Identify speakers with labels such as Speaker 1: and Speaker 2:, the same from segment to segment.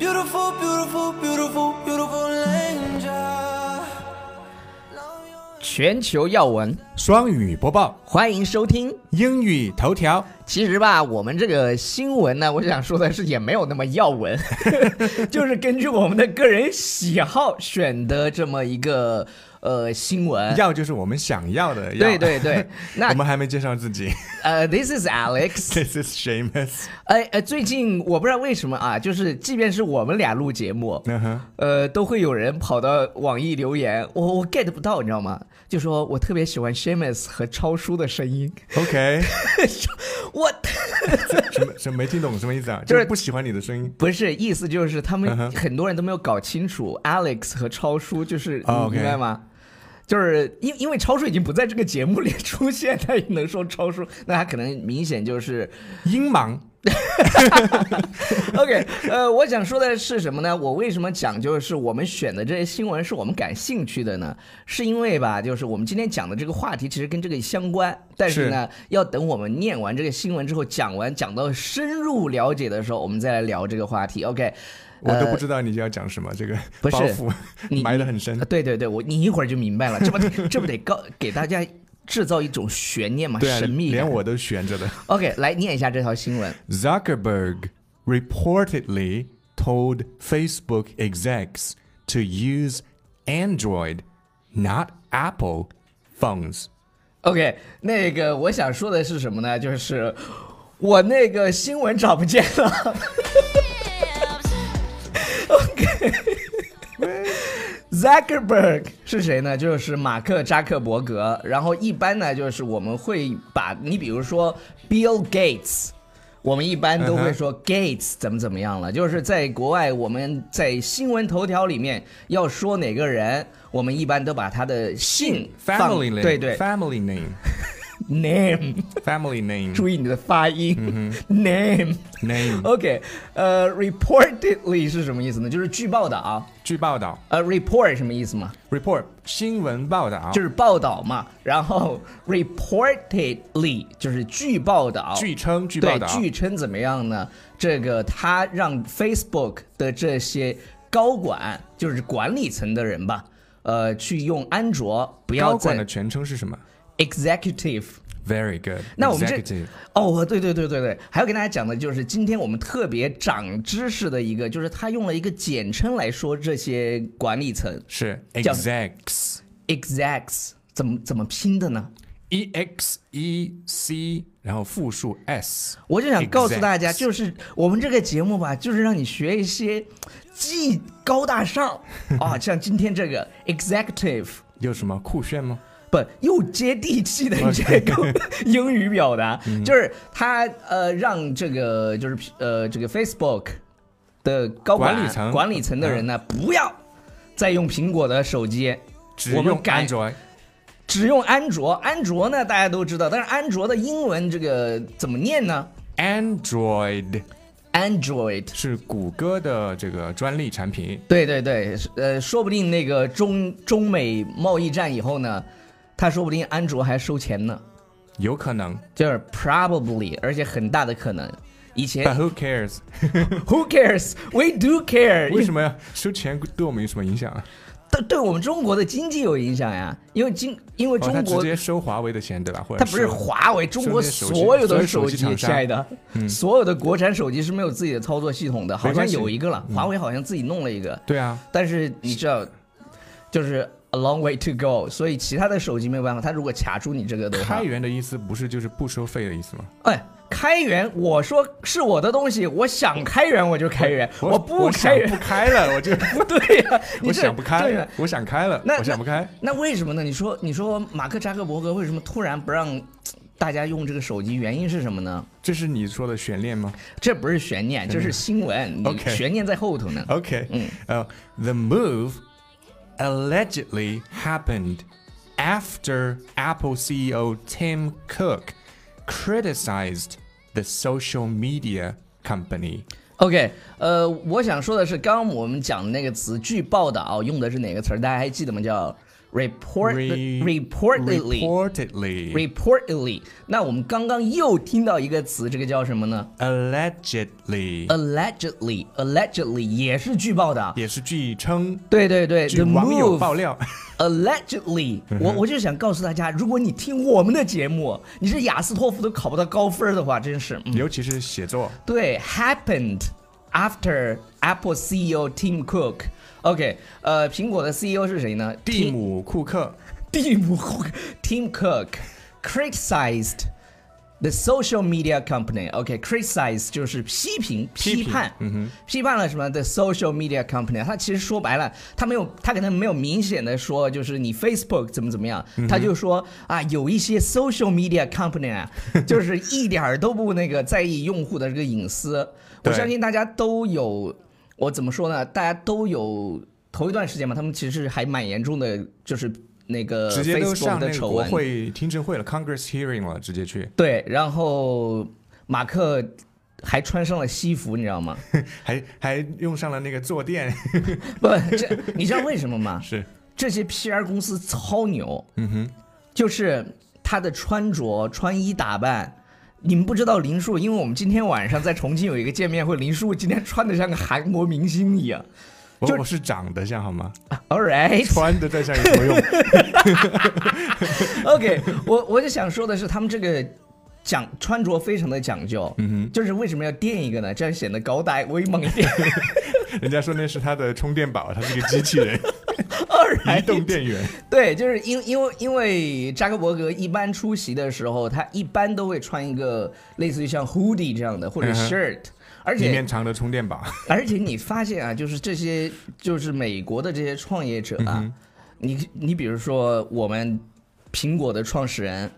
Speaker 1: Beautiful, beautiful, beautiful, beautiful angel.
Speaker 2: 全球要闻，
Speaker 3: 双语播报，
Speaker 2: 欢迎收听。
Speaker 3: 英语头条，
Speaker 2: 其实吧，我们这个新闻呢，我想说的是也没有那么要闻， 就是根据我们的个人喜好选的这么一个呃新闻。
Speaker 3: 要就是我们想要的要。
Speaker 2: 对对 对，那
Speaker 3: 我们还没介绍自己
Speaker 2: 呃，This is Alex。
Speaker 3: ，This is Shamus。
Speaker 2: 哎呃，最近我不知道为什么啊，就是即便是我们俩录节目，
Speaker 3: 嗯哼，
Speaker 2: 呃，都会有人跑到网易留言，我我 get 不到，你知道吗？就说我特别喜欢 Shamus 和超叔的声音，
Speaker 3: OK，
Speaker 2: 我
Speaker 3: 什么什么没听懂什么意思啊？
Speaker 2: 就是
Speaker 3: 就是不喜欢你的声音。
Speaker 2: 不是意思就是他
Speaker 3: 嗯
Speaker 2: 们
Speaker 3: 哼
Speaker 2: 很多人都没有搞清楚 Alex 和超叔，就是你
Speaker 3: 哦，OK
Speaker 2: 明白吗？就是因因为超叔已经不在这个节目里出现，他也能说超叔，那他可能明显就是
Speaker 3: 音盲
Speaker 2: OK，呃， 我想说的是什么呢？我为什么讲就是我们选的这些新闻是我们感兴趣的呢？是因为吧，就是我们今天讲的这个话题其实跟这个相关，但是呢，要等我们念完这个新闻之后，讲完讲到深入了解的时候，我们再来聊这个话题。OK，
Speaker 3: 我都不知道你要讲什么，这个
Speaker 2: 呃不是
Speaker 3: 包袱
Speaker 2: 你
Speaker 3: 埋得很深
Speaker 2: 啊。对对对，我你一会儿就明白了，这不得这不得告给大家制造一种悬念嘛，
Speaker 3: 对啊，
Speaker 2: 神秘
Speaker 3: 连
Speaker 2: 感。
Speaker 3: 我都悬着的。
Speaker 2: OK，来念一下这条新闻。
Speaker 3: Zuckerberg reportedly told Facebook execs to use Android, not Apple, phones.
Speaker 2: OK，那个我想说的是什么呢？就是我那个新闻找不见了。Zuckerberg 是谁呢？就是马克扎克伯格。然后一般呢，就是我们会把你比如说 Bill Gates。我们一般都会说 Gates 怎么怎么样了，就是在国外，我们在新闻头条里面要说哪个人，我们一般都把他的姓放
Speaker 3: Family name.
Speaker 2: 对对
Speaker 3: Family name.
Speaker 2: name，
Speaker 3: 嗯 Family name.
Speaker 2: 注意你的发音、name。
Speaker 3: 嗯 Name.
Speaker 2: OK，呃，reportedly 是什么意思呢？就是据报的啊。
Speaker 3: 据报道
Speaker 2: 呃，report 什么意思嘛？
Speaker 3: ，report 新闻报道，
Speaker 2: 就是报道嘛。然后 reportedly 就是据报道，
Speaker 3: 据称据报
Speaker 2: 对
Speaker 3: 道，
Speaker 2: 据称怎么样呢？这个他让 Facebook 的这些高管，就是管理层的人吧，呃，去用安卓，不要
Speaker 3: 高管
Speaker 2: 再
Speaker 3: 的全称是什么
Speaker 2: executive。
Speaker 3: ？Very good.
Speaker 2: 那我们这
Speaker 3: Executive
Speaker 2: 哦，对对对对对，还要跟大家讲的就是今天我们特别长知识的一个，就是他用了一个简称来说这些管理层
Speaker 3: 是
Speaker 2: 叫
Speaker 3: execs.
Speaker 2: execs 怎么怎么拼的呢？
Speaker 3: E X E C，然后复数 S。
Speaker 2: 我就想告诉大家，
Speaker 3: Execs
Speaker 2: 就是我们这个节目吧，就是让你学一些既高大上啊，像今天这个 executive。
Speaker 3: 有什么酷炫吗？
Speaker 2: 不又接地气的这个英语表 达，
Speaker 3: 嗯
Speaker 2: 就是他呃让这个就是呃这个 Facebook 的高管
Speaker 3: 管理层嗯
Speaker 2: 管理层的人呢，不要再用苹果的手机，我
Speaker 3: 只
Speaker 2: 们
Speaker 3: 用
Speaker 2: 改
Speaker 3: Android。
Speaker 2: 只用安卓。安卓呢大家都知道，但是安卓的英文这个怎么念呢
Speaker 3: Android
Speaker 2: ？Android。
Speaker 3: 是谷歌的这个专利产品。
Speaker 2: 对对对，呃，说不定那个中中美贸易战以后呢，他说不定安卓还收钱呢，
Speaker 3: 有可能
Speaker 2: 就是 probably，而且很大的可能。以前
Speaker 3: ，But who cares？
Speaker 2: Who cares? We do care.
Speaker 3: 为什么呀？收钱对我们有什么影响啊？
Speaker 2: 对对我们中国的经济有影响呀？因为经因为
Speaker 3: 哦，
Speaker 2: 中
Speaker 3: 他直
Speaker 2: 国、
Speaker 3: 接收华为的钱，对吧？或者
Speaker 2: 它不是
Speaker 3: 收
Speaker 2: 华为，中国所有的手机，亲爱的，所有的国产手机是没有自己的操作系统的，好
Speaker 3: 嗯
Speaker 2: 像
Speaker 3: 没关系嗯
Speaker 2: 有一个了，华为好像自己弄了一个，
Speaker 3: 对啊，
Speaker 2: 但是你知道，就是 a long way to go，所以其他的手机没有办法，它如果卡住你这个的话
Speaker 3: 开，源的意思不是就是不收费的意思吗？
Speaker 2: 哎。开源，我说是我的东西，我想开源我就开源，
Speaker 3: 我
Speaker 2: 不
Speaker 3: 想
Speaker 2: 开源
Speaker 3: 不开了，我 就
Speaker 2: 不 对呀、你
Speaker 3: 我
Speaker 2: 这
Speaker 3: 想不
Speaker 2: 这
Speaker 3: 开啊
Speaker 2: 个，
Speaker 3: 我想开了，
Speaker 2: 那
Speaker 3: 我想不开。
Speaker 2: 那为什么呢？你说，你说马克扎克伯格为什么突然不让大家用这个手机？原因是什么呢？
Speaker 3: 这是你说的悬念吗
Speaker 2: 这不是悬念，这是新闻。你
Speaker 3: OK
Speaker 2: 悬念在后头呢。
Speaker 3: ？OK，
Speaker 2: 嗯
Speaker 3: 呃、t h e move allegedly happened after Apple CEO Tim Cook criticized the social media company。
Speaker 2: OK，呃，我想说的是，刚刚我们讲的那个词，据报道用的是哪个词儿？大家还记得吗？叫 report
Speaker 3: Re-
Speaker 2: reportedly
Speaker 3: reportedly
Speaker 2: reportedly。那我们刚刚又听到一个词，这个叫什么呢
Speaker 3: allegedly
Speaker 2: Uh, ？allegedly allegedly 也是据报的啊。
Speaker 3: 也是据称，
Speaker 2: 对对对
Speaker 3: 据
Speaker 2: ，the
Speaker 3: 网友爆
Speaker 2: move
Speaker 3: 料，
Speaker 2: allegedly，我
Speaker 3: 嗯
Speaker 2: 我就想告诉大家，如果你听我们的节目，你这雅思托福都考不到高分的话，真是嗯。
Speaker 3: 尤其是写作。
Speaker 2: 对，happened after Apple CEO Tim Cook。OK，呃，苹果的 CEO 是谁呢？
Speaker 3: 蒂姆·库克
Speaker 2: 蒂姆 Tim Cook criticized the social media company. OK，criticize、就是批评、
Speaker 3: 批评
Speaker 2: 批判，嗯批判了什么？The social media company，他其实说白了，他没有，他可能没有明显的说，就是你 Facebook 怎么怎么样，
Speaker 3: 嗯
Speaker 2: 他就说啊，有一些 social media company 啊，就是一点儿都不那个在意用户的这个隐私。我
Speaker 3: 对
Speaker 2: 相信大家都有，我怎么说呢？大家都有头一段时间嘛，他们其实还蛮严重的，就是那个
Speaker 3: 直接都
Speaker 2: 呃 Facebook
Speaker 3: 上
Speaker 2: 的
Speaker 3: 那个
Speaker 2: 丑
Speaker 3: 国
Speaker 2: 闻。
Speaker 3: 会听证会了，Congress hearing 了，直接去，
Speaker 2: 对，然后马克还穿上了西服，你知道吗？
Speaker 3: 还还用上了那个坐垫，
Speaker 2: 不，这你知道为什么吗？
Speaker 3: 是，
Speaker 2: 这些 PR 公司超牛，
Speaker 3: 嗯哼，
Speaker 2: 就是他的穿着、穿衣打扮。你们不知道林树，因为我们今天晚上在重庆有一个见面会，林树今天穿的像个韩国明星一 样。
Speaker 3: 我
Speaker 2: 就
Speaker 3: 我是长得像好吗？
Speaker 2: All right，
Speaker 3: 穿的再像有什么用？
Speaker 2: OK，我我就想说的是，他们这个讲穿着非常的讲究，
Speaker 3: 嗯
Speaker 2: 就是为什么要垫一个呢？这样显得高大威猛一点。
Speaker 3: 哼，人家说那是他的充电宝，他是个机器 人，
Speaker 2: 二
Speaker 3: 移动电源。
Speaker 2: 对，就是因因为因为扎克伯格一般出席的时候，他一般都会穿一个类似于像 hoodie 这样的或者
Speaker 3: 嗯哼
Speaker 2: shirt，、而
Speaker 3: 里
Speaker 2: 且
Speaker 3: 面藏着充电宝，
Speaker 2: 而且你发现啊，就是这些就是美国的这些创业者
Speaker 3: 嗯
Speaker 2: 啊，你你比如说我们苹果的创始人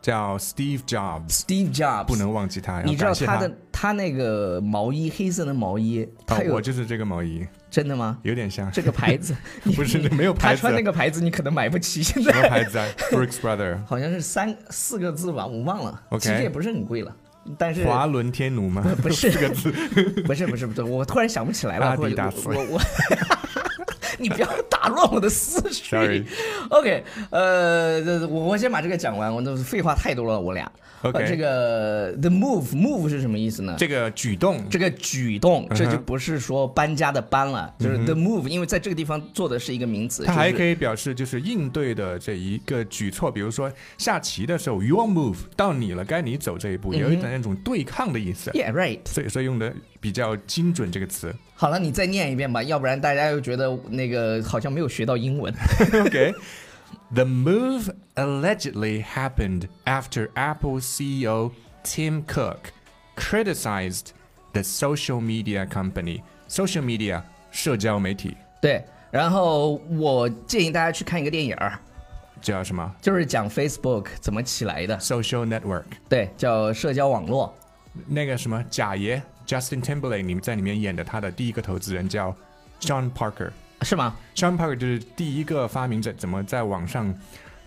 Speaker 3: 叫 Steve Jobs，
Speaker 2: Steve Jobs，
Speaker 3: 不能忘记他。要
Speaker 2: 你知道
Speaker 3: 感谢
Speaker 2: 他
Speaker 3: 他
Speaker 2: 的他那个毛衣，黑色的毛衣，他
Speaker 3: 哦，
Speaker 2: 有、
Speaker 3: 我就是这个毛衣，
Speaker 2: 真的吗？
Speaker 3: 有点像。
Speaker 2: 这个牌子 你
Speaker 3: 不是
Speaker 2: 你
Speaker 3: 没有牌
Speaker 2: 他
Speaker 3: 子
Speaker 2: 穿那个牌子你可能买不起，现
Speaker 3: 什么
Speaker 2: 在
Speaker 3: 牌子啊？Brooks Brother，
Speaker 2: 好像是三四个字吧，我忘了。
Speaker 3: OK
Speaker 2: 其实也不是很贵了，但 是
Speaker 3: 华伦天奴吗？
Speaker 2: 不是
Speaker 3: 四个字。
Speaker 2: 不是不是不是，我突然想不起来了，
Speaker 3: 阿
Speaker 2: 或
Speaker 3: 迪
Speaker 2: 者
Speaker 3: 达斯
Speaker 2: 我 我。我你不要打乱我的思绪。
Speaker 3: Sorry
Speaker 2: OK，呃，这我我先把这个讲完，我都废话太多了，我俩。
Speaker 3: OK
Speaker 2: 呃这个 the move move 是什么意思呢？
Speaker 3: 这个举动，
Speaker 2: 这个举动，
Speaker 3: 哼嗯
Speaker 2: 这就不是说搬家的搬了，就是 the move，因为在这个地方做的是一个名词。
Speaker 3: 它还可
Speaker 2: 以
Speaker 3: 以表示就是应对的这一个举措，比如说下棋的时候，your move 到你了，该你走这一步，有一点那种对抗的意思。
Speaker 2: 嗯，Yeah right。
Speaker 3: 所以说用的比较精准这个词。
Speaker 2: 好了，你再念一遍吧，要不然大家又觉得那个好像没有学到英文。
Speaker 3: okay. The move allegedly happened after Apple CEO Tim Cook criticized the social media company. Social media 社交媒体
Speaker 2: 对，然后我建议大家去看一个电影儿，
Speaker 3: 叫什么
Speaker 2: 就是讲 Facebook 怎么起来的，
Speaker 3: ？Social network
Speaker 2: 对，叫社交网络。
Speaker 3: 那个什么贾爷 Justin Timberlake，你们在里面演的他的第一个投资人叫 Sean Parker。
Speaker 2: 是吗？
Speaker 3: Sean Parker 就是第一个发明者，怎么在网上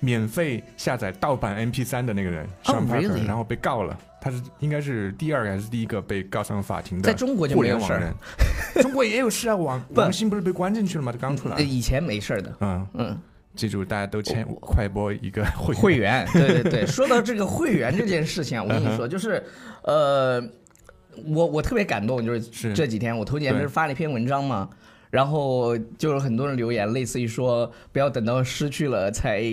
Speaker 3: 免费下载盗版 MP3 的那个人、
Speaker 2: Oh,
Speaker 3: Sean Parker，
Speaker 2: really？
Speaker 3: 然后被告了。他是应该是第二个还是第一个被告上法庭的？
Speaker 2: 在中国就
Speaker 3: 互
Speaker 2: 没
Speaker 3: 联
Speaker 2: 有
Speaker 3: 网
Speaker 2: 事儿
Speaker 3: 人，中国也有事 啊。王
Speaker 2: 不
Speaker 3: 王兴不是被关进去了吗？他刚出来
Speaker 2: 呃。以前没事儿的，
Speaker 3: 嗯，
Speaker 2: 嗯，
Speaker 3: 记住大家都签快播一个会员嗯
Speaker 2: 会员，对对对。说到这个会员这件事情啊，我跟你说，就是，呃，我我特别感动，就是
Speaker 3: 是
Speaker 2: 这几天我头几天不
Speaker 3: 对
Speaker 2: 是发了一篇文章嘛，然后就是很多人留言，类似于说不要等到失去了才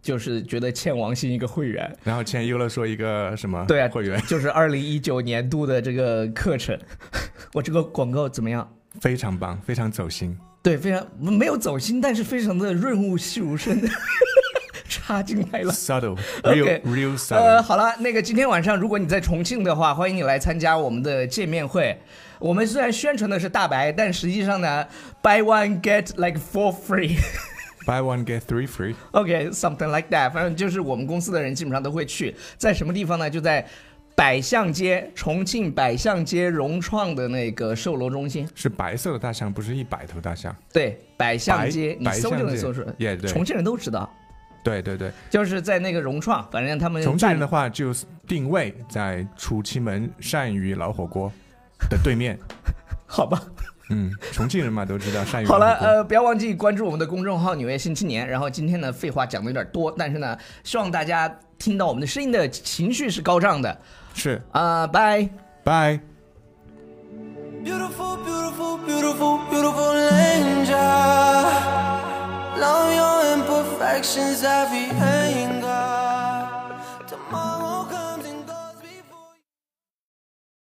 Speaker 2: 就是觉得欠王鑫一个会员。
Speaker 3: 然后签优乐说一个什么
Speaker 2: 对啊，
Speaker 3: 会员
Speaker 2: 就是二零一九年度的这个课程， 我这个广告怎么样？
Speaker 3: 非常棒，非常走心。
Speaker 2: 对，非常没有走心，但是非常的润物细无声的 插进来了。
Speaker 3: Subtle，real
Speaker 2: OK
Speaker 3: real subtle
Speaker 2: 呃，。好了，那个今天晚上如果你在重庆的话，欢迎你来参加我们的见面会。我们虽然宣传的是大白，但实际上呢，buy one get like for free。
Speaker 3: Buy one get three free。
Speaker 2: OK，something、like that，反正就是我们公司的人基本上都会去，在什么地方呢？就在百象街，重庆百象街融创的那个售楼中心。
Speaker 3: 是白色的大象，不是一百头大象。
Speaker 2: 对，百象街，你
Speaker 3: 白
Speaker 2: 搜就
Speaker 3: 象
Speaker 2: 能
Speaker 3: 街
Speaker 2: 搜出来。
Speaker 3: Yeah，对
Speaker 2: 重庆人都知道，
Speaker 3: 对对对，
Speaker 2: 就是在那个融创，反正他们
Speaker 3: 重庆人的话就定位在楚奇门鳝鱼老火锅的对面，
Speaker 2: 好吧。
Speaker 3: 嗯，重庆人嘛都知道鳝鱼。
Speaker 2: 好了，，呃，不要忘记关注我们的公众号《纽约新青年》。然后今天呢，废话讲的有点多，但是呢，希望大家听到我们的声音的情绪是高涨的
Speaker 3: 是，
Speaker 2: 啊、拜。
Speaker 3: 拜。
Speaker 1: Beautiful, beautiful, beautiful, beautiful angel. Now your imperfections have the